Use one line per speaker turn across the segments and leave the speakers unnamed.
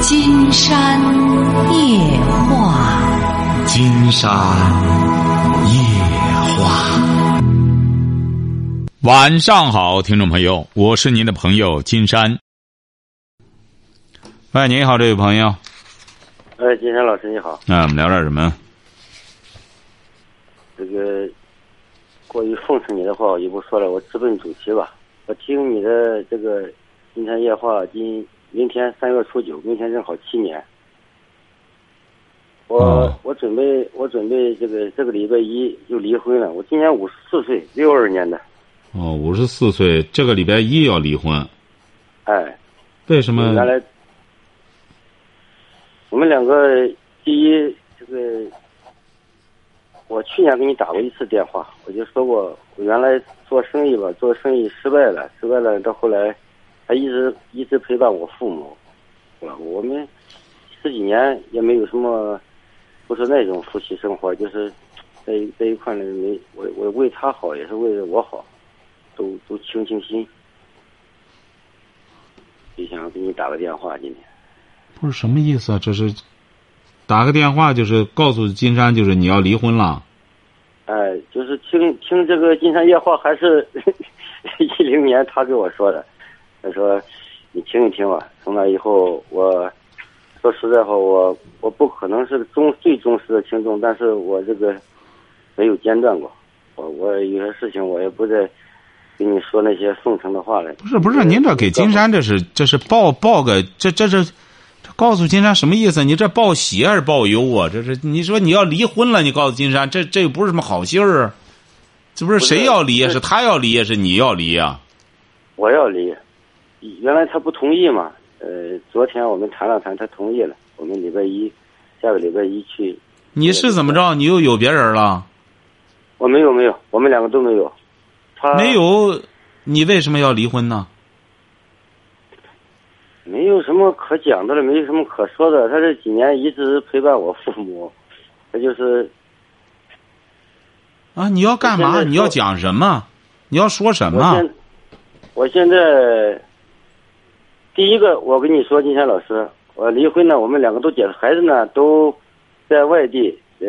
金山夜话。
金山夜话。晚上好，听众朋友，我是您的朋友金山。喂，你好，这位朋友，
哎，金山老师你好，
哎那、我们聊点什么？
这个关于奉承你的话我就不说了，我直奔主题吧。我听你的这个今天夜话，今明天三月初九，明天正好七年。我、
哦
我准备我准备这个这个礼拜一就离婚了。我今年五十四岁，六二年的，
哦，五十四岁，这个礼拜一要离婚，
哎，
为什么？
原来我们两个第一这个，我去年给你打过一次电话，我就说过我原来做生意吧，做生意失败了，失败了到后来，他一直一直陪伴我父母，我我们十几年也没有什么，不是那种夫妻生活，就是在一在一块儿呢，没我我为他好也是为了我好，都都清清心，就想给你打个电话今天。
不是什么意思啊？这是打个电话，就是告诉金山，就是你要离婚了。
哎，就是听听这个《金山夜话》，还是 一零年他给我说的。他说：“你听一听吧。”从那以后，我说实在话，我我不可能是忠最忠实的听众，但是我这个没有间断过。我我有些事情我也不再跟你说那些奉承的话了。
不是不是，您这给金山这是这是报报个这这这，这告诉金山什么意思？你这报喜还是报忧啊？这是你说你要离婚了，你告诉金山，这这又不是什么好信儿啊，这不是
不是
谁要离呀？
是
是他要离呀？是你要离呀？
我要离，原来他不同意嘛。呃，昨天我们谈了谈，他同意了。我们礼拜一，下个礼拜一去。
你是怎么着？你又有别人了？
我哦没有没有，我们两个都没有。他
没有，你为什么要离婚呢？
没有什么可讲的了，没有什么可说的。他这几年一直陪伴我父母，他就是
啊，你要干
我
嘛？
现在
你要
说
讲什么？你要说什
我
么
现？我现在第一个，我跟你说，金山老师，我离婚呢，我们两个都结了，孩子呢都在外地，呃，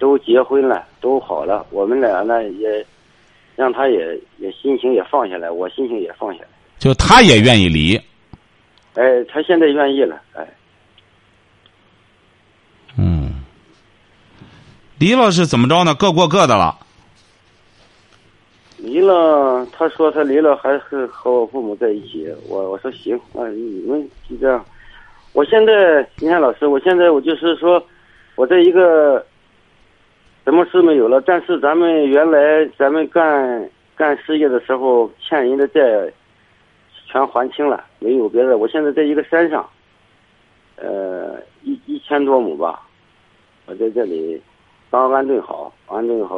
都结婚了，都好了，我们俩呢也让他也也心情也放下来，我心情也放下来。
就他也愿意离。
哎，他现在愿意了，哎，
嗯，离了是怎么着呢？各过各的了。
离了，他说他离了，还是和我父母在一起。我我说行，啊，你们就这样。我现在，你看老师，我现在我就是说，我在一个什么事没有了，但是咱们原来咱们干干事业的时候欠人的债全还清了，没有别的。我现在在一个山上，呃，一一千多亩吧，我在这里刚安顿好，安顿好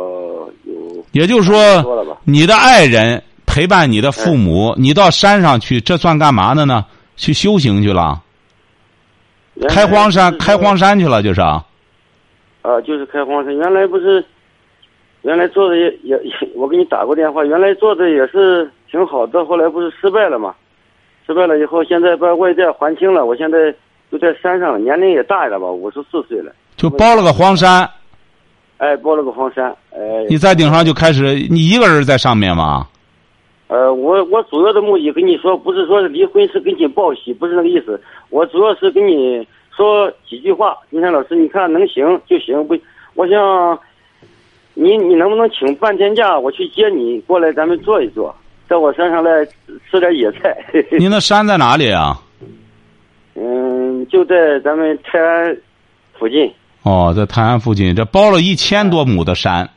有
也就是
多
说，
了吧。哎
你的爱人陪伴你的父母，你到山上去，这算干嘛的呢？去修行去了，
原来
开荒山，
不是
开荒山去了，就是啊。
啊，就是开荒山。原来不是，原来做的也也 也，我给你打过电话，原来做的也是挺好，到后来不是失败了嘛？失败了以后，现在把外债还清了，我现在就在山上了，年龄也大了吧，五十四岁了。
就包了个荒山，
哎，包了个荒山，哎，
你在顶上就开始，你一个人在上面吗？
呃，我我主要的目的跟你说，不是说离婚是给你报喜，不是那个意思。我主要是跟你说几句话。金山老师，你看能行就行，不，我想你你能不能请半天假，我去接你过来，咱们坐一坐，到我山上来吃吃点野菜。
你那山在哪里啊？
嗯，就在咱们泰安附近，
哦，在泰安附近，这包了一千多亩的山，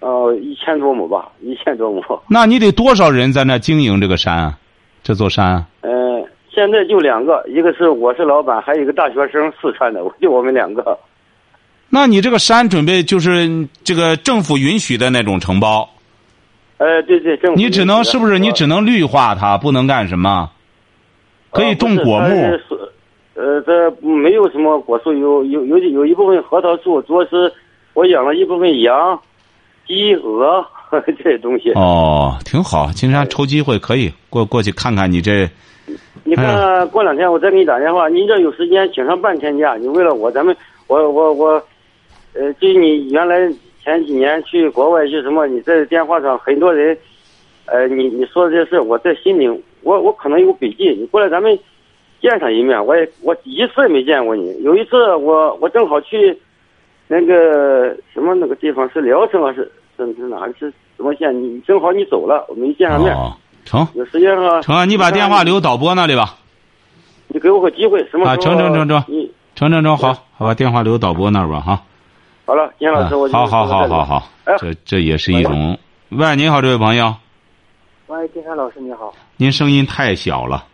哦，一千多亩吧，一千多亩。
那你得多少人在那经营这个山，啊这座山？啊
嗯、现在就两个，一个是我是老板，还有一个大学生，四川的，我就我们两个。
那你这个山准备就是这个政府允许的那种承包，
呃，对对， 政府
你只能是不是你
我
只能绿化它，不能干什么？可以种果木。
呃，不是它是呃这没有什么果树，有有有有一部分核桃树，主要是我养了一部分羊、鸡、鹅 这些东西。
哦，挺好，金山抽机会可以过过去看看你这
你
哎
看，过两天我再给你打电话。您这有时间请上半天假，你为了我，咱们我我我，呃，就你原来前几年去国外去什么，你在电话上很多人，呃，你你说的这事，我在心里，我我可能有笔记。你过来，咱们见上一面，我也我一次也没见过你。有一次我我正好去那个什么那个地方是聊城啊，是是是哪个是什么县？你正好你走了，我没见上面。
哦，成
有时间哈，
成啊，你把电话留导播那里吧。
你给我个机会，什么时候？
啊成成成成
你
成成成，好，好把电话留导播那儿吧，哈。
好了，金老师，我
嗯
就
好好好好。好
哎，
这这也是一种。喂，您好，这位朋友，
喂，金山老师你好，
您声音太小了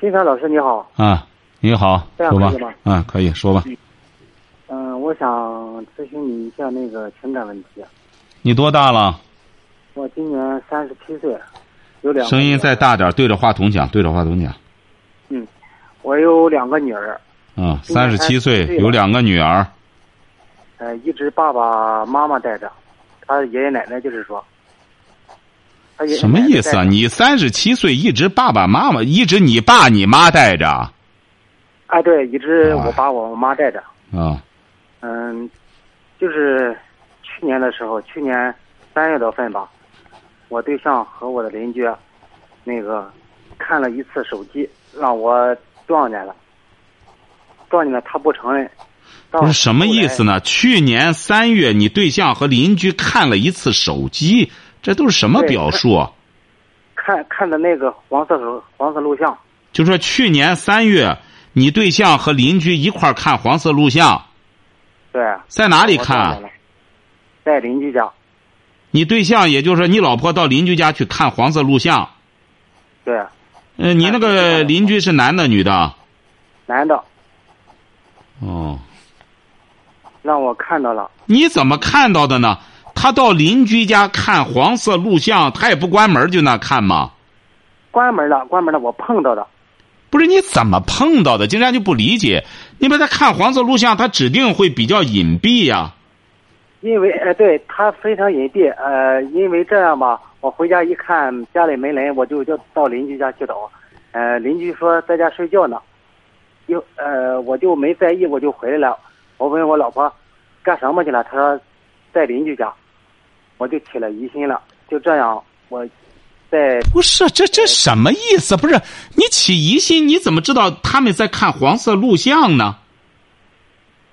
金山老师你好，
啊。你好，
这样
说吧
可以吗，
嗯，可以说吧。
嗯，我想咨询你一下那个情感问题。啊
你多大了？
我今年三十七岁，有两个
声音
女儿
再。大点儿，对着话筒讲，对着话筒讲。
我有两个女儿，
嗯，
今
三
年
十七
37岁
岁，
了
有两个女儿。
呃，一直爸爸妈妈带着，他爷爷奶奶就是说。他爷爷
什么
奶奶
意思啊？
带着
你三十七岁，一直爸爸妈妈，一直你爸你妈带着啊、
哎，对，一直
啊
我把我妈带着。嗯，就是去年的时候，去年三月多份吧，我对象和我的邻居，那个看了一次手机，让我撞见了，撞见了，他不承认。到
不是什么意思呢？去年三月，你对象和邻居看了一次手机，这都是什么
对
表
他
述啊？
看看的那个黄色手黄色录像，
就说去年三月，你对象和邻居一块儿看黄色录像，
对，啊
在哪里
我撞
看啊
见？了？在邻居家，
你对象，也就是说你老婆到邻居家去看黄色录像。
对，啊
呃，你那个邻居是男的女的？
男的
哦，
让我看到了，
你怎么看到的呢？他到邻居家看黄色录像，他也不关门就那看吗？
关门了，关门了，我碰到的，
不是你怎么碰到的？竟然就不理解。你把他看黄色录像，他指定会比较隐蔽呀、
因为呃，对他非常隐蔽，呃，因为这样吧，我回家一看家里没人，我就就到邻居家去找，呃，邻居说在家睡觉呢，又呃，我就没在意，我就回来了。我问我老婆干什么去了，她说在邻居家，我就起了疑心了。就这样，我在
不是，这这什么意思？不是你起疑心，你怎么知道他们在看黄色录像呢？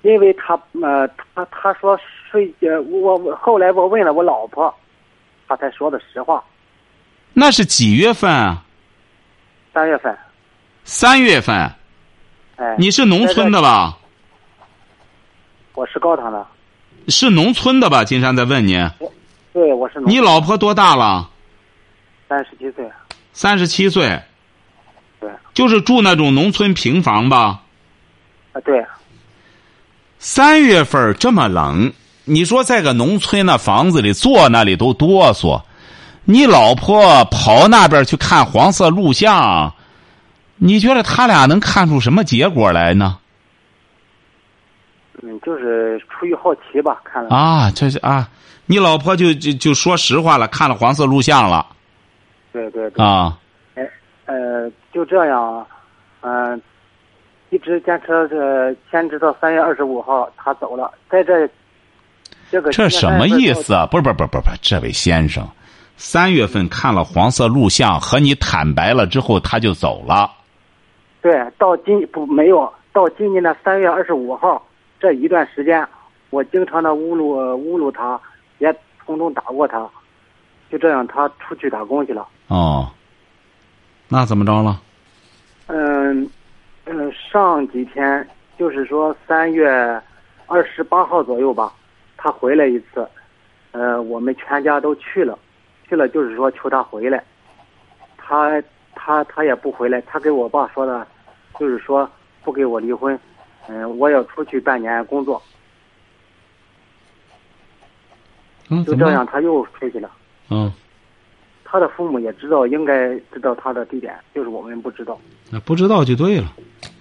因为他呃，他他说睡呃，我我后来我问了我老婆，她才说的实话。
那是几月份啊？
三月份，
三月份。啊
哎，
你是农村的吧？
我是高唐的。
是农村的吧？金山在问你，
对，我是农
你老婆多大了？
三十七岁，
三十七岁。
对，
就是住那种农村平房吧。
啊，对，
三月份儿这么冷，你说在个农村那房子里坐那里都哆嗦，你老婆跑那边去看黄色录像，你觉得他俩能看出什么结果来呢？
嗯，就是出于好奇吧，看了，
啊，这是啊，你老婆就就就说实话了，看了黄色录像了
对对对，
啊。
呃，就这样，嗯、一直坚持这坚持到三月二十五号，他走了，在这这个
这什么意思？啊？不是不是不是不是不是，这位先生，三月份看了黄色录像，和你坦白了之后，他就走了。
对，到今不没有到今年的三月二十五号这一段时间，我经常的侮辱侮辱他，也从中打过他，就这样，他出去打工去了。
哦，那怎么着了？
嗯，嗯，上几天就是说三月二十八号左右吧，他回来一次，呃，我们全家都去了，去了就是说求他回来，他他他也不回来，他给我爸说的，就是说不给我离婚，嗯、我要出去半年工作，
嗯，
就
怎
这
么
样
了？
他又出去了。
嗯。
他的父母也知道，应该知道他的地点，就是我们不知道。
那不知道就对了，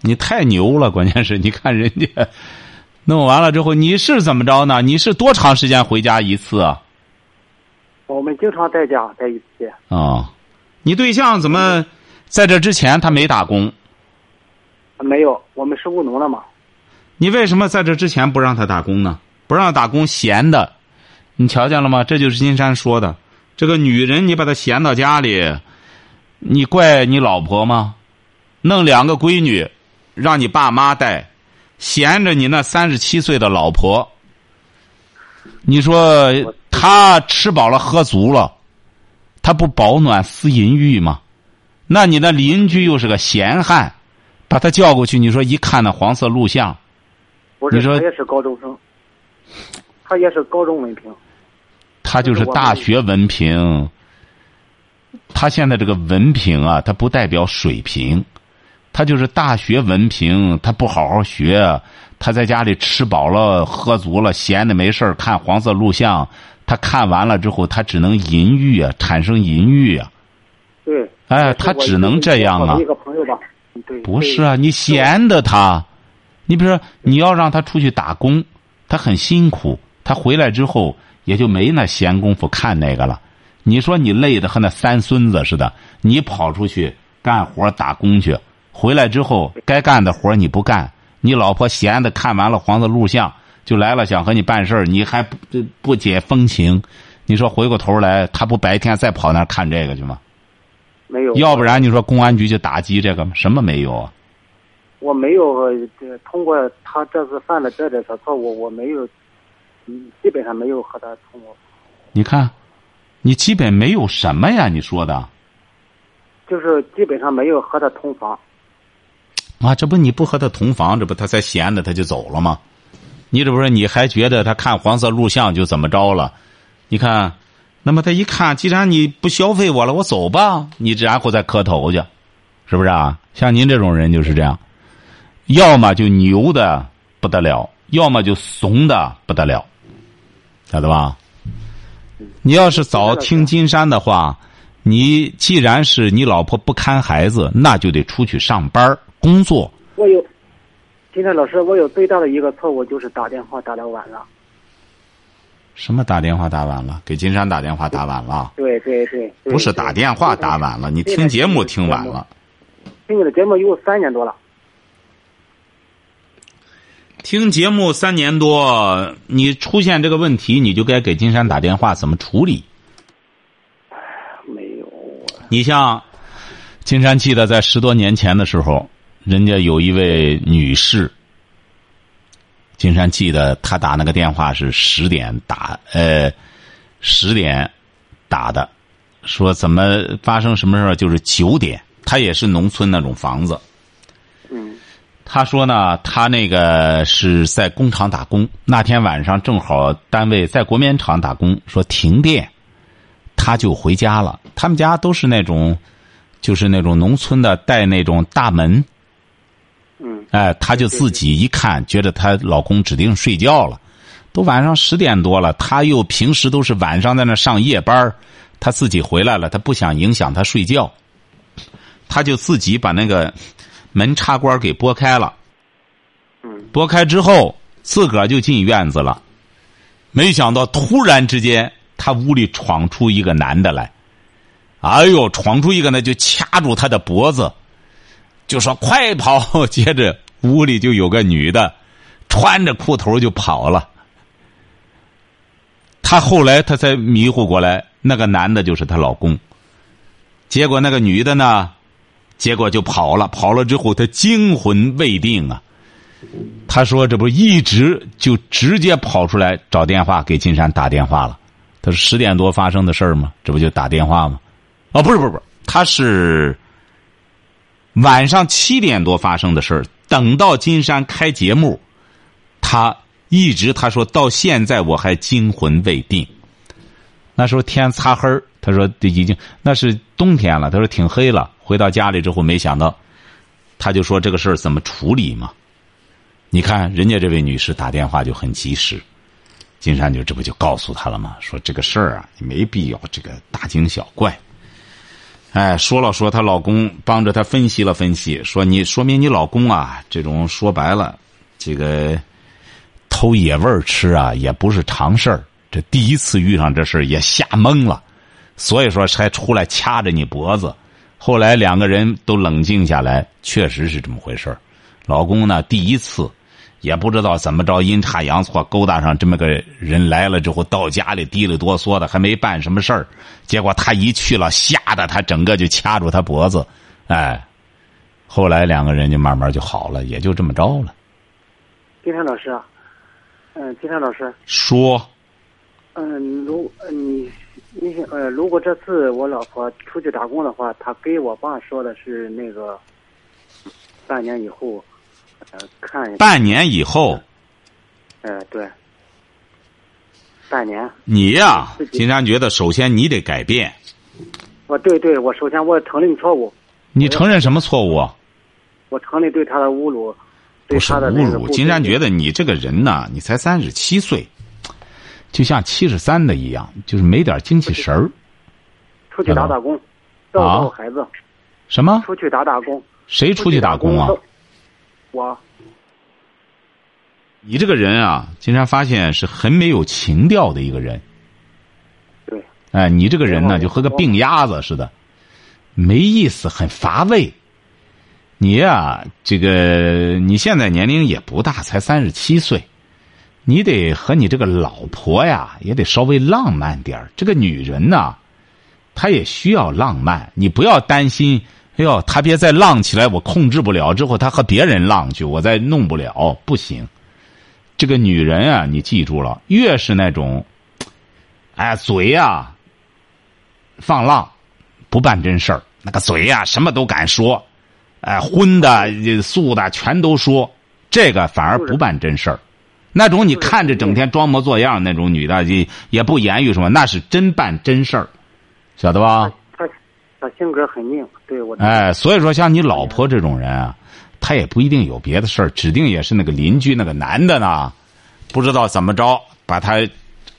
你太牛了，关键是你看人家弄完了之后，你是怎么着呢？你是多长时间回家一次啊？
我们经常在家在一起，
啊、你对象怎么在这之前他没打工？
没有，我们是务农的嘛。
你为什么在这之前不让他打工呢？不让打工，闲的，你瞧见了吗？这就是金山说的，这个女人你把她闲到家里，你怪你老婆吗？弄两个闺女，让你爸妈带，闲着你那三十七岁的老婆，你说她吃饱了喝足了，她不保暖思淫欲吗？那你那邻居又是个闲汉，把他叫过去，你说一看那黄色录像。
不
你
是，
说
他也是高中生，他也是高中文凭。
他就是大学文凭。他现在这个文凭啊，他不代表水平，他就是大学文凭，他不好好学，他在家里吃饱了喝足了，闲的没事儿看黄色录像，他看完了之后，他只能淫欲啊，产生淫欲啊，
对。
哎，
是
他
我一
只
个
能这样
我
啊
的一。个朋友吧，对。
不
对
是啊，你闲的他，你比如说你要让他出去打工，他很辛苦，他回来之后也就没那闲工夫看那个了。你说你累的和那三孙子似的，你跑出去干活打工去，回来之后该干的活你不干，你老婆闲的看完了黄色录像就来了，想和你办事儿，你还不不解风情，你说回过头来他不白天再跑那儿看这个去吗？
没有，
要不然你说公安局就打击这个吗？什么没有啊？
我没有呃通过他这次犯了这点小错误，我没有，嗯，基本上没有和他通过，
你看，你基本没有什么呀？你说的
就是基本上没有和他同房。
啊，这不你不和他同房，这不他才闲着他就走了吗？你这不是你还觉得他看黄色录像就怎么着了？你看，那么他一看，既然你不消费我了，我走吧，你然后再磕头去，是不是啊？像您这种人就是这样，要么就牛的不得了，要么就怂的不得了，晓得吧？你要是早听金山的话，你既然是你老婆不看孩子，那就得出去上班儿工作。
我有，今天老师，我有最大的一个错误就是打电话打到晚上。
什么打电话打晚了？给金山打电话打晚了？
对对对，对
不是打电话打晚了，你听节目听晚了。。
对对听你的节目有三年多了，
听节目三年多，你出现这个问题，你就该给金山打电话，怎么处理？
没有。
你像金山记得在十多年前的时候，人家有一位女士，金山记得她打那个电话是十点打，呃，十点打的，说怎么发生什么事儿就是九点，她也是农村那种房子，
嗯，
他说呢，他那个是在工厂打工，那天晚上正好单位在国棉厂打工，说停电，他就回家了。他们家都是那种，就是那种农村的带那种大门，
嗯，
哎，她就自己一看，觉得她老公指定睡觉了，都晚上十点多了，她又平时都是晚上在那上夜班儿她自己回来了，她不想影响她睡觉，她就自己把那个门插管给拨开了。
嗯，
拨开之后，自个儿就进院子了。没想到突然之间，他屋里闯出一个男的来，哎呦，闯出一个呢，就掐住他的脖子，就说快跑！接着屋里就有个女的，穿着裤头就跑了。她后来她才迷糊过来，那个男的就是她老公。结果那个女的呢，结果就跑了，跑了之后她惊魂未定啊。她说这不一直就直接跑出来找电话给金山打电话了。她说十点多发生的事儿吗？这不就打电话吗？哦，不是不是不是，她是晚上七点多发生的事儿。等到金山开节目，她一直她说到现在我还惊魂未定。那时候天擦黑儿，她说这已经那是冬天了，她说挺黑了。回到家里之后，没想到，她就说这个事儿怎么处理嘛？你看人家这位女士打电话就很及时，金山就这不就告诉她了吗？说这个事儿啊，你没必要这个大惊小怪。哎，说了说她老公帮着她分析了分析，说你说明你老公啊，这种说白了，这个偷野味儿吃啊，也不是常事儿。这第一次遇上这事儿也吓懵了，所以说才出来掐着你脖子。后来两个人都冷静下来，确实是这么回事儿。老公呢，第一次也不知道怎么着，阴差阳错勾搭上这么个人来了之后，到家里嘀里哆嗦的，还没办什么事儿。结果他一去了，吓得他整个就掐住他脖子，哎，后来两个人就慢慢就好了，也就这么着了。
金山老师啊，嗯、金山老师，
说
嗯，如呃你你想呃，如果这次我老婆出去打工的话，她给我爸说的是那个半年以后，呃，看一
半年以后，
呃对，半年。
你呀、金山觉得首先你得改变，
我对对，我首先我承认错误，
你承认什么错误啊？
我承认对她的侮辱，对
不是
她的那
侮
个
辱。
不
金山
尊
觉得你这个人呢，你才三十七岁，就像七十三的一样，就是没点精气神儿。
敬出去打打
啊
工，照顾孩子，
什么？
出去打打工，
谁出去打工啊？
照我
你这个人啊，金山发现是很没有情调的一个人。
对，
哎，你这个人呢，
对
就和个病鸭子似的，没意思，很乏味。你呀、这个你现在年龄也不大，才三十七岁，你得和你这个老婆呀，也得稍微浪漫点儿。这个女人呐，她也需要浪漫，你不要担心。哎呦，她别再浪起来，我控制不了，之后她和别人浪去，我再弄不了，不行。这个女人啊，你记住了，越是那种，哎，嘴呀、放浪，不办真事儿，那个嘴呀、什么都敢说，哎，荤的、呃素的全都说，这个反而不办真事儿。那种你看着整天装模作样那种女的，也也不言语什么，那是真办真事儿，晓得吧？
她她性格很拧，对我
哎，所以说像你老婆这种人啊，她也不一定有别的事儿，指定也是那个邻居那个男的呢，不知道怎么着把她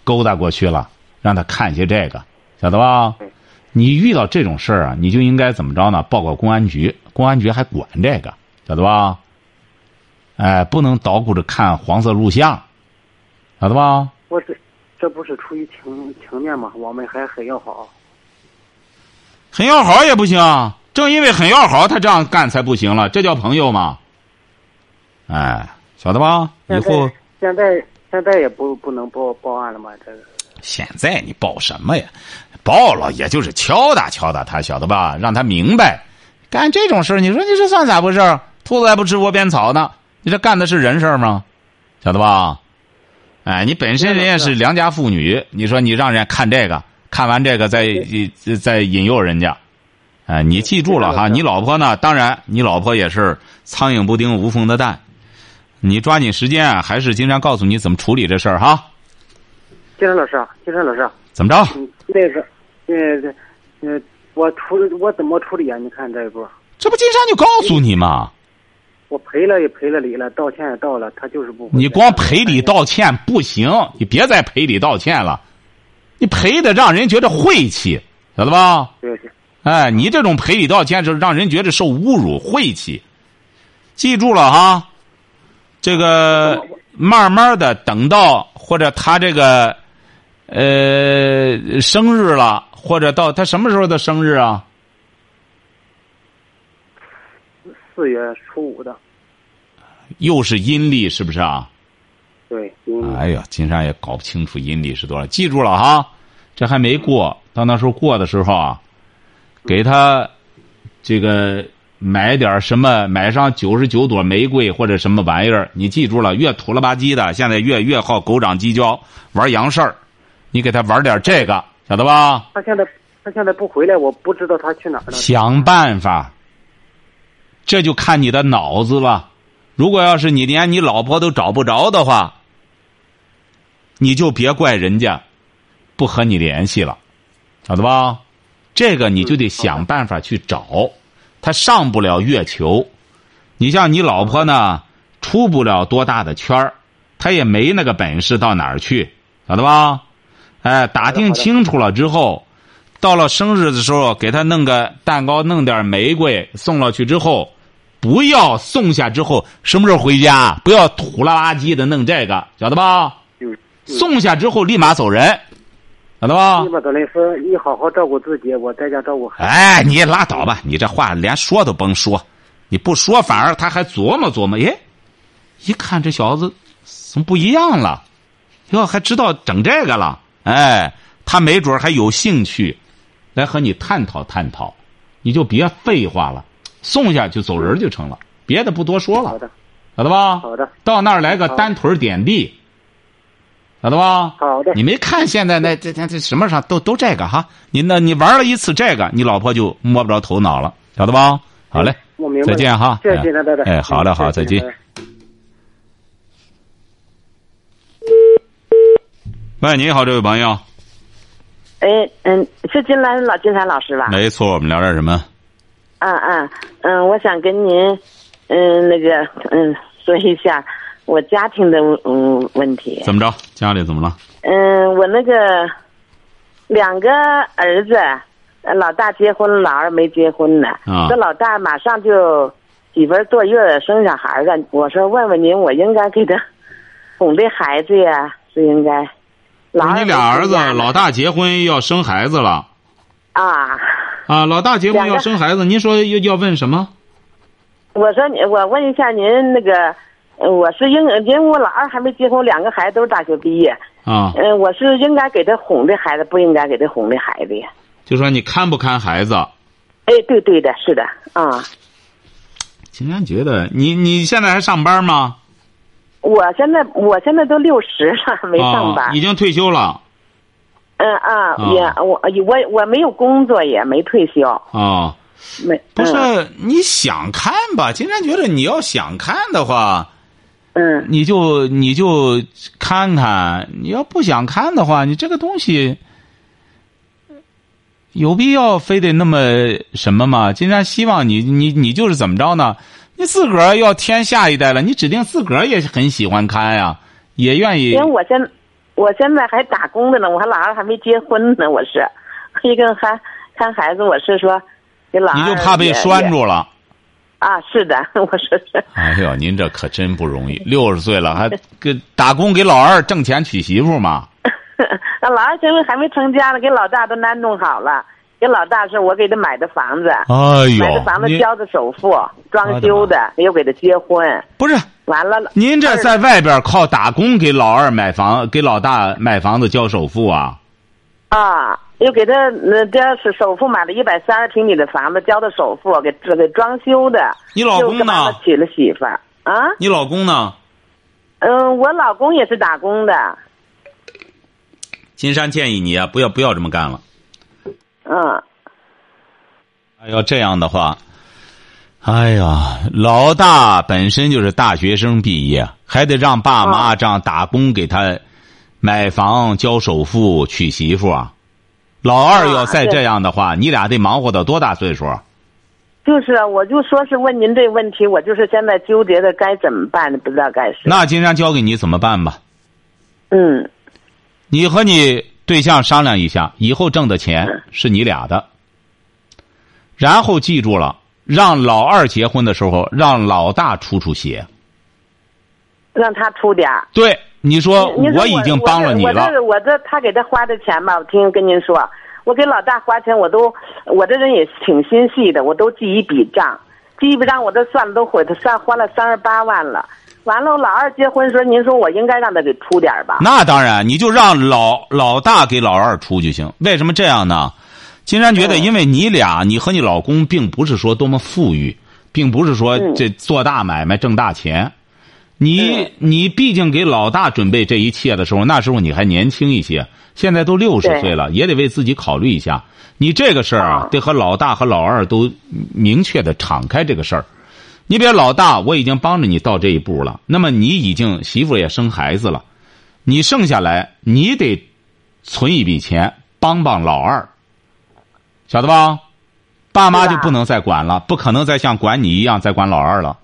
勾搭过去了，让她看些这个，晓得吧
对？
你遇到这种事儿啊，你就应该怎么着呢？报告公安局，公安局还管这个，晓得吧？哎，不能捣鼓着看黄色录像，晓得吧？
我这这不是出于情情面嘛，我们还很要好。
很要好也不行啊，正因为很要好，他这样干才不行了，这叫朋友吗？哎，晓得吧？以
现在
后
现在现在也不不能报报案了嘛，这个
现在你报什么呀？报了也就是敲打敲打他，晓得吧？让他明白，干这种事儿，你说你这算咋回事儿？兔子还不吃窝边草呢，你这干的是人事儿吗？晓得吧？哎，你本身人家是良家妇女，你说你让人家看这个，看完这个再再再引诱人家，哎，你记住了哈，
是的是的
你老婆呢？当然，你老婆也是苍蝇不叮无缝的蛋，你抓紧时间啊，还是经常告诉你怎么处理这事儿哈？
金山老师，啊，金山老师啊，
怎么着？
嗯，那个，呃，呃，我处我怎么处理啊？你看这一步，
这不金山就告诉你吗？
我赔了也赔了礼了，道歉也道了，他就是不悔。
你光赔礼道歉不行，你别再赔礼道歉了，你赔的让人觉得晦气，晓得吧？
对对，
哎，你这种赔礼道歉就是让人觉得受侮辱、晦气。记住了哈，这个慢慢的等到或者他这个呃生日了，或者到他什么时候的生日啊？
四月初五的，
又是阴历是不是啊？
对，嗯，
哎呀，金山也搞不清楚阴历是多少，记住了哈，这还没过，到那时候过的时候啊，给他这个买点儿什么，买上九十九朵玫瑰或者什么玩意儿，你记住了，越土了吧唧的，现在越越好狗长鸡交，玩洋事儿，你给他玩点儿这个，晓得吧？
他现在他现在不回来，我不知道他去哪儿了。
想办法，这就看你的脑子了。如果要是你连你老婆都找不着的话，你就别怪人家不和你联系了，晓得吧？这个你就得想办法去找，他上不了月球。你像你老婆呢，出不了多大的圈儿，她也没那个本事到哪儿去，晓得吧？哎，打听清楚了之后，到了生日的时候，给他弄个蛋糕，弄点玫瑰送了去之后，不要送下之后什么时候回家，不要土了吧唧的弄这个，晓得吧？
嗯，
送下之后立马走人，晓晓得吧
你？把德林说，你好好照顾自己，我在家照顾孩子。
哎，你也拉倒吧，你这话连说都甭说，你不说反而他还琢磨琢磨，哎，一看这小子怎么不一样了？哟，还知道整这个了？哎，他没准还有兴趣，来和你探讨探讨，你就别废话了，送下去走人就成了，别的不多说
好
了，
的，
晓得吧？
好的
到那儿来个单腿儿点地，晓得吧？
好的
你没看现在那这这这什么上都都这个哈？你那你玩了一次这个，你老婆就摸不着头脑了，晓得吧？好嘞，
嗯我明白
再
了。
见哈。
谢谢您，拜拜。
哎，好嘞，好，再见
拜。拜
喂，你好，这位朋友，
啊
哎，嗯，是金兰老金山老师吧？
没哎错，我们聊点什么？
嗯嗯嗯，我想跟您，嗯，那个，嗯，说一下我家庭的嗯问题。
怎么着？家里怎么了？
嗯，我那个两个儿子，呃老大结婚了，老二没结婚呢。
啊
这老大马上就几分多月生小孩了，我说问问您，我应该给他哄这孩子呀，是应该。老二
你俩儿子
没参加呢
老大结婚要生孩子了
啊。
啊？老大结婚
两个
要生孩子，您说要要问什么？
我说你，我问一下您那个，呃我是应，因为我老二还没结婚，两个孩子都是大学毕业，
啊，
嗯、我是应该给他哄这孩子，不应该给他哄这孩子呀？
就说你看不看孩子？
哎，对对的，是的，啊、
竟然觉得你你现在还上班吗？
我现在我现在都六十了，没上班
啊，已，经退休了
嗯啊，
啊
也我我我没有工作，也没退休，
啊。
没
不
嗯
是啊你想看吧？竟然觉得你要想看的话，
嗯
你就你就看看；你要不想看的话，你这个东西有必要非得那么什么吗？竟然希望你你你就是怎么着呢？你自个儿要添下一代了，你指定自个儿也很喜欢看呀，也愿意
因为我现我现在还打工着呢，我还老二还没结婚呢，我是， 一个还看孩子，我是说给老二
你就怕被
也
拴
也
住了。
啊，是的， 我说是，
哎呦，您这可真不容易，六十岁了 还给打工给老二挣钱娶媳妇嘛？
那老二结婚还没成家呢，给老大都安弄好了。给老大是我给他买的房子，
哎呦
买的房，子
您哎
交的首付，装修的，又给他结婚，
不是
完了。
您这在外边靠打工给老二买房，给老大买房子交首付啊？
啊，又给他那这是首付买了一百三十平米的房子，交的首付，给这给装修的。
你老公呢
又给妈妈娶了媳妇儿啊，
你老公呢？
嗯，我老公也是打工的，
金山建议你啊，不要不要这么干了。
嗯，
要这样的话，哎呀，老大本身就是大学生毕业，还得让爸妈
啊
这样打工给他买房、交首付、娶媳妇啊。老二要再
啊对
这样的话，你俩得忙活到多大岁数啊？
就是啊，我就说是问您这问题，我就是现在纠结的该怎么办，不知道该是。
那金山交给你怎么办吧？
嗯
你和你对象商量一下，以后挣的钱是你俩的。然后记住了，让老二结婚的时候，让老大出出血。，
让他出点儿。
对，你说
您说
我已经帮了你
我这
了
我。这我这他给他花的钱吧，我听跟您说，我给老大花钱，我都我这人也挺心细的，我都记一笔账，记一笔账我这算了都毁，他算花了三十八万了。完了，我老二结婚时候，您说我应该让他给出点儿吧？
那当然，你就让老老大给老二出就行。为什么这样呢？金山
嗯
觉得，因为你俩，你和你老公并不是说多么富裕，并不是说
嗯
这做大买卖挣大钱。你你毕竟给老大准备这一切的时候，那时候你还年轻一些，现在都六十
对
岁了，也得为自己考虑一下。你这个事儿啊
啊，
得和老大和老二都明确的敞开这个事儿。你别老大，我已经帮着你到这一步了，那么你已经媳妇也生孩子了。你剩下来，你得存一笔钱帮帮老二，晓得吧？爸妈
是啊吧
就不能再管了，不可能再像管你一样再管老二了。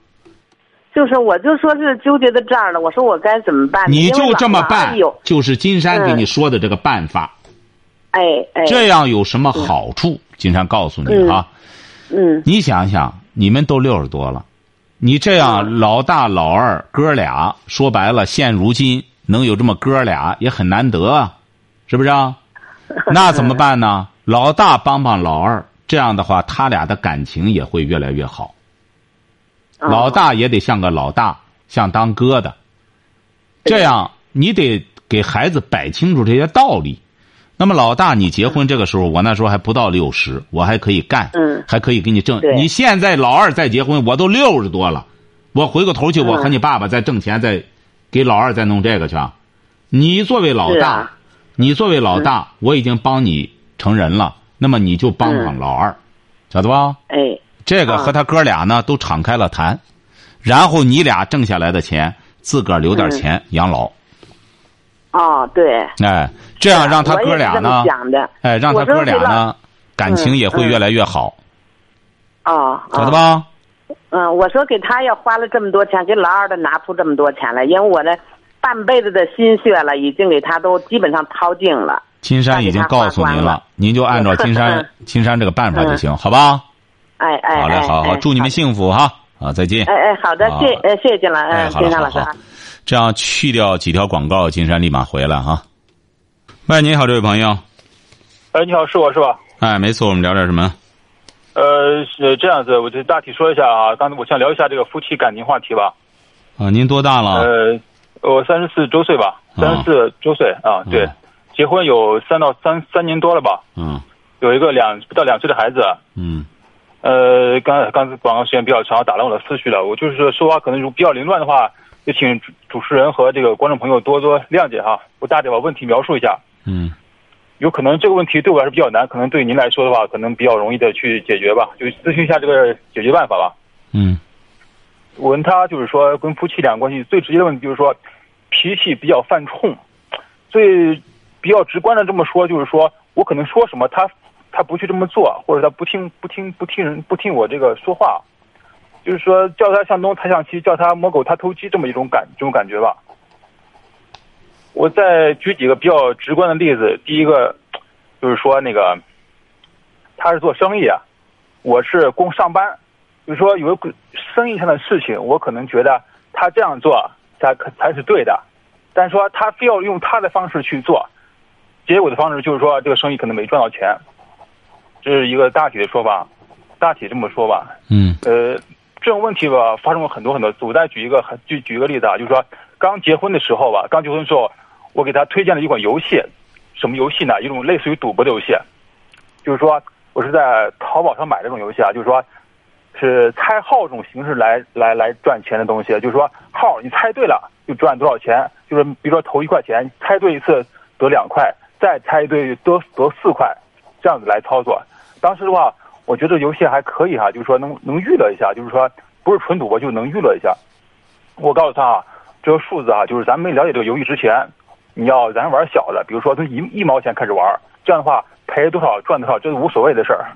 就是我就说是纠结到这儿了，我说我该怎么办呢？
你
因为
就
老
这么
老二
办
有，
就是金山给
嗯
你说的这个办法。
哎哎，
这样有什么好处？金山告诉你啊，
嗯
你想想，你们都六十多了，你这样老大老二哥俩，说白了，现如今能有这么哥俩也很难得啊，是不是啊？那怎么办呢？老大帮帮老二，这样的话，他俩的感情也会越来越好。
哦啊
老大也得像个老大，像当哥的。这样，你得给孩子摆清楚这些道理。那么，老大，你结婚这个时候，我那时候还不到六十，我还可以干，
嗯
还可以给你挣。
对
你现在老二再结婚，我都六十多了，我回过
嗯
头去，我和你爸爸再挣钱，再给老二再弄这个去啊。你作为老
是
大，
啊嗯
你作为老大，我已经帮你成人了，那么你就帮帮
嗯
老二，晓得吧？
哎，
这个和他哥俩呢都敞开了谈，然后你俩挣下来的钱，自个儿留
嗯
点钱养老，
哦，对，
哎，这样让他
我也
哥
是
俩
这么
呢，
想的，
哎，让他
我说
哥俩
这
呢
个，
感情也会
嗯
越来越好，
哦，
晓得
哦？
吧？
嗯，我说给他要花了这么多钱，给老二的拿出这么多钱来，因为我的半辈子的心血了，已经给他都基本上掏尽了。
金山已经告诉您
让给他花光
了
了，
您就按照金 山金山这个办法就行，好吧？
哎哎，
好嘞，
哎
好好，
哎
祝你们幸福哈！啊，再见
哎。哎，好的，谢
好
呃谢谢了，
哎
嗯，
好了
金山
好
老师
好
啊。
这样去掉几条广告，金山立马回来哈。喂，你好，这位朋友。
哎，你好，是我是吧？
哎，没错，我们聊点什么？
呃，是这样子，我就大体说一下啊。刚才我想聊一下这个夫妻感情话题吧。
啊，您多大了？
呃，我三十四周岁吧，三
啊
十四周岁啊，对，
嗯
结婚有三到三三年多了吧，
嗯
有一个两不到两岁的孩子。
嗯
呃，刚刚才广告时间比较长，打乱我的思绪了。我就是说说话可能如果比较凌乱的话，也请主主持人和这个观众朋友多多谅解哈。我大体把问题描述一下。
嗯。
有可能这个问题对我来说比较难，可能对您来说的话，可能比较容易的去解决吧，就咨询一下这个解决办法吧。
嗯
我问他就是说，跟夫妻俩关系最直接的问题就是说，脾气比较犯冲，最比较直观的这么说就是说我可能说什么他他不去这么做，或者他不听不听不听人不听我这个说话，就是说叫他向东他向西，叫他摸狗他偷鸡这么一种感这种感觉吧。我再举几个比较直观的例子，第一个就是说那个他是做生意啊，我是供上班，就是说有个生意上的事情，我可能觉得他这样做才可才是对的，但是说他非要用他的方式去做，结果的方式就是说这个生意可能没赚到钱，这是一个大体的说法，大体这么说吧，
嗯
呃，这种问题吧，发生过很多很多次。我再举一个很举举一个例子啊，就是说刚结婚的时候吧，刚结婚的时候，我给他推荐了一款游戏，什么游戏呢？一种类似于赌博的游戏，就是说我是在淘宝上买这种游戏啊，就是说是猜号这种形式来来来赚钱的东西，啊就是说号你猜对了就赚多少钱，就是比如说投一块钱，猜对一次得两块，再猜对得得四块，这样子来操作。当时的话，我觉得游戏还可以哈、就是说能能娱乐一下，就是说不是纯赌博，就是能娱乐一下。我告诉他啊，这个数字啊，就是咱们没了解这个游戏之前，你要咱玩小的，比如说从一一毛钱开始玩，这样的话赔多少赚多少，这是无所谓的事儿。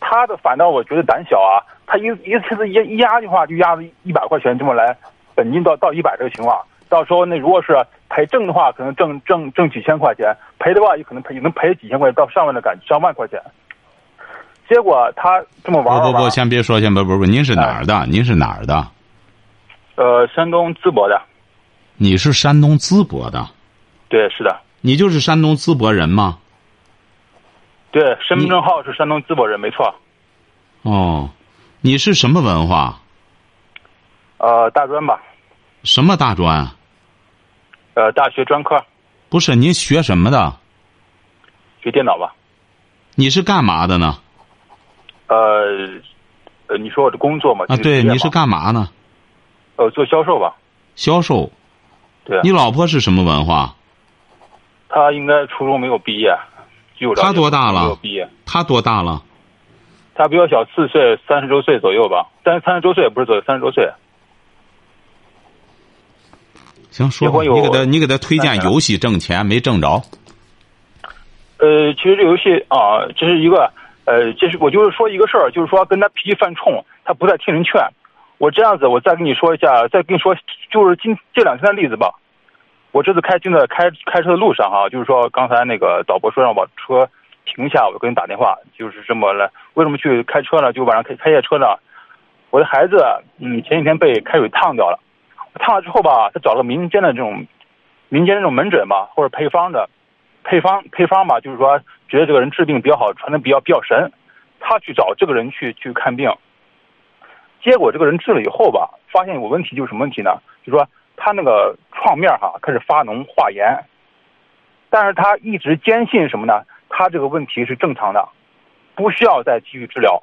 他的反倒我觉得胆小啊，他一一次一一压的话就压一百块钱这么来，本金到到一百这个情况，到时候那如果是赔挣的话，可能挣挣挣几千块钱，赔的话也可能赔也能赔几千块钱到上万的感上万块钱。结果他这么玩
不
儿
不
玩
不，
儿
先别说，先不不不，您是哪儿
哎
的？您是哪儿的？
呃，山东淄博的，
你是山东淄博的，
对，是的，
你就是山东淄博人吗？
对，身份证号是山东淄博人，没错。
哦，你是什么文化？
呃，大专吧，
什么大专？
呃，大学专科
不是，您学什么的？
学电脑吧。
你是干嘛的呢？
呃，呃，你说我的工作嘛？
啊，
就是职
对，
业嘛
你是干嘛呢？
呃做销售吧？
销售。
对啊
你老婆是什么文化？
他应该初中没有毕业，据我了解
他多大了
没有毕业，
她多大了？
他比我小四岁，三十周岁左右吧。但是三十周岁也不是左右，三十周岁。
行，说吧，
结婚有哎
你给她，你给她推荐
三年了
游戏挣钱，没挣着。
呃，其实这游戏啊，这是一个，呃，这是我就是说一个事儿，就是说跟他脾气犯冲，他不再听人劝。我这样子，我再跟你说一下，再跟你说，就是今这两天的例子吧。我这次开进的开开车的路上哈、就是说刚才那个导播说让我把车停一下，我就给你打电话，就是这么来。为什么去开车呢？就晚上开开夜车呢？我的孩子，嗯，前几天被开水烫掉了，烫了之后吧，他找了民间的这种民间这种门诊吧，或者配方的，配方配方嘛，就是说觉得这个人治病比较好，传的比较比较神，他去找这个人去去看病，结果这个人治了以后吧，发现有问题，就是什么问题呢？就是说他那个创面哈开始发脓化炎，但是他一直坚信什么呢？他这个问题是正常的，不需要再继续治疗。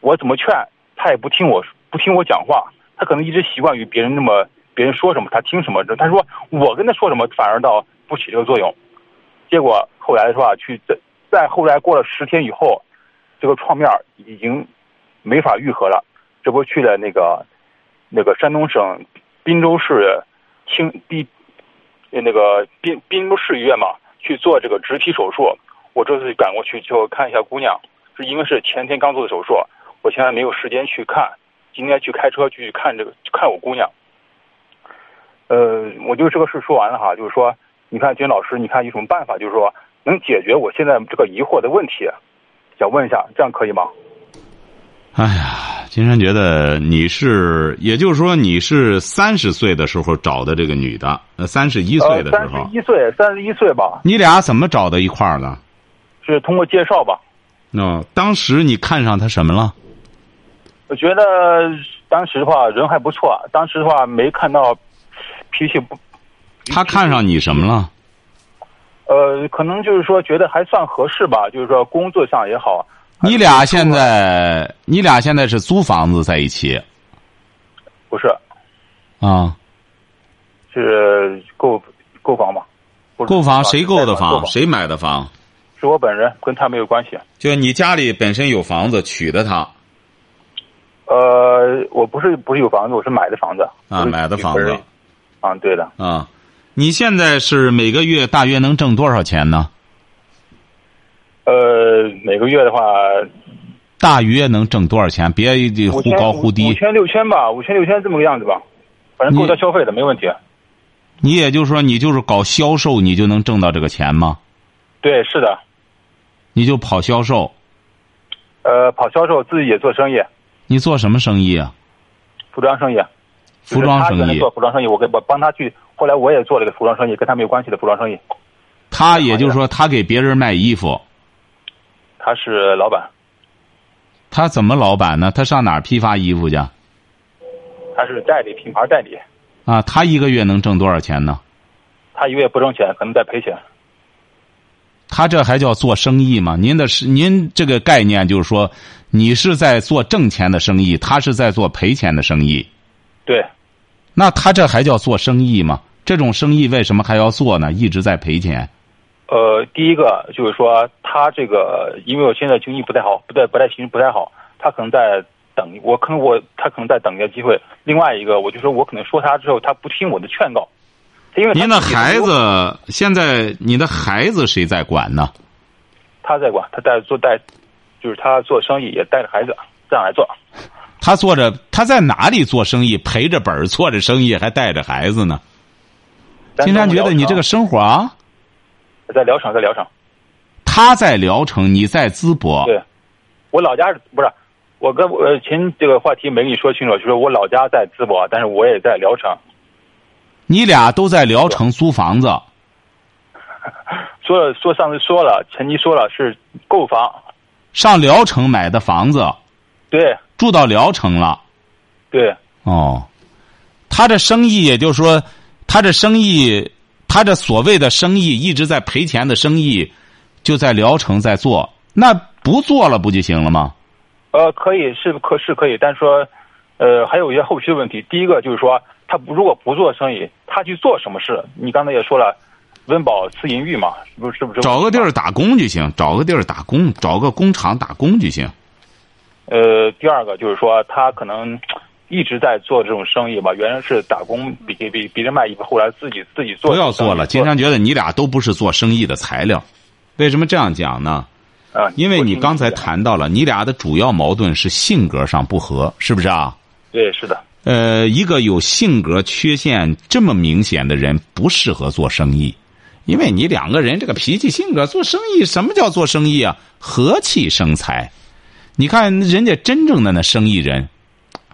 我怎么劝他也不听我不听我讲话，他可能一直习惯于别人那么别人说什么他听什么，他说我跟他说什么反而倒不起这个作用。结果后来的话，去再再后来过了十天以后，这个创面已经没法愈合了。这不去了那个那个山东省滨州市青滨那个滨滨州市医院嘛，去做这个植皮手术。我这次赶过去就看一下姑娘，是因为是前天刚做的手术，我现在没有时间去看，今天去开车去看这个去看我姑娘。呃，我就这个事说完了哈，就是说，你看金老师，你看有什么办法，就是说能解决我现在这个疑惑的问题，想问一下，这样可以吗？
哎呀，金山觉得你是，也就是说你是三十岁的时候找的这个女的，呃，三十一岁的时
呃三
候，
十一岁，三十一岁吧，
你俩怎么找到一块儿的？
是通过介绍吧。
哦，当时你看上她什么了？
我觉得当时的话人还不错，当时的话没看到脾气不，
她看上你什么了？
呃，可能就是说觉得还算合适吧，就是说工作上也好。
你俩现在，你俩现在是租房子在一起
不是
啊？
是购购房吧？不是
购房谁购的
购
房？谁买的房？
是我本人，跟他没有关系。
就你家里本身有房子，娶的她
呃，我不是不是有房子，我是买的房子
啊，买的房。
我
子
是啊，对的，
啊。你现在是每个月大约能挣多少钱呢？
呃，每个月的话，
大约能挣多少钱？别
五
忽
千
高忽
五
低。
千六千吧，五千六千这么个样子吧，反正够他消费的，没问题。
你也就是说，你就是搞销售，你就能挣到这个钱吗？
对，是的，
你就跑销售，
呃，跑销售，自己也做生意，
你做什么生意啊？
服装生意。
服装
就是他原
生
来
意
做。服装生意，我给我帮他去，后来我也做了个服装生意，跟他没有关系的服装生意。
他也就是说，他给别人卖衣服，
他是老板，
他怎么老板呢？他上哪儿批发衣服去？
他是代理品牌代理，
啊，他一个月能挣多少钱呢？
他一个月不挣钱，可能在赔钱。
他这还叫做生意吗？您的是您这个概念就是说，你是在做挣钱的生意，他是在做赔钱的生意。
对，
那他这还叫做生意吗？这种生意为什么还要做呢？一直在赔钱。
呃，第一个就是说他这个，因为我现在经济不太好，不太不太行，不太好，他可能在等我，可能我他可能在等一个机会。另外一个，我就说我可能说他之后，他不听我的劝告，因为他
您的
自己
孩子现在，你的孩子谁在管呢？
他在管，他在做带，就是他做生意也带着孩子这样来做。
他做着，他在哪里做生意？赔着本儿做着生意，还带着孩子呢。金山觉得你这个哦生活啊，
在聊城，在聊城，
他在聊城，你在淄博。
对，我老家是不是？我跟我前这个话题没跟你说清楚，就是我老家在淄博，但是我也在聊城，
你俩都在聊城租房子，
说了说上次说了，前期说了是购房，
上聊城买的房子，
对
住到聊城了。
对，
哦，他这生意，也就是说，他这生意，他这所谓的生意一直在赔钱的生意，就在聊城在做，那不做了不就行了吗？
呃，可以是可是可以，但是说，呃，还有一些后续的问题。第一个就是说，他不如果不做生意，他去做什么事？你刚才也说了，温饱思淫欲嘛，是不是？是不是？
找个地儿打工就行，找个地儿打工，找个工厂打工就行。
呃，第二个就是说，他可能一直在做这种生意吧，原来是打工，比给比别人卖衣服，后来自己自己做。
不要做了，金
天
山觉得你俩都不是做生意的材料。为什么这样讲呢？
啊，
因为你
多听
刚才
一点
谈到了，你俩的主要矛盾是性格上不合，是不是啊？
对，是的，
呃，一个有性格缺陷这么明显的人不适合做生意，因为你两个人这个脾气性格，做生意啊呃什么叫做生意啊？和气生财。你看人家真正的那生意人，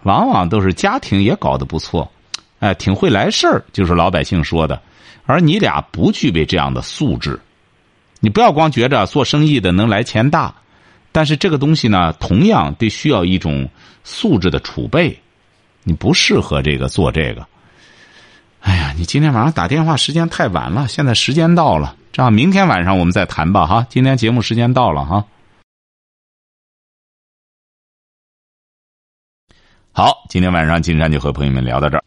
往往都是家庭也搞得不错，哎、挺会来事儿，就是老百姓说的。而你俩不具备这样的素质，你不要光觉着做生意的能来钱大，但是这个东西呢，同样得需要一种素质的储备。你不适合这个做这个。哎呀，你今天晚上打电话时间太晚了，现在时间到了，这样明天晚上我们再谈吧哈。今天节目时间到了哈。好，今天晚上金山就和朋友们聊到这儿。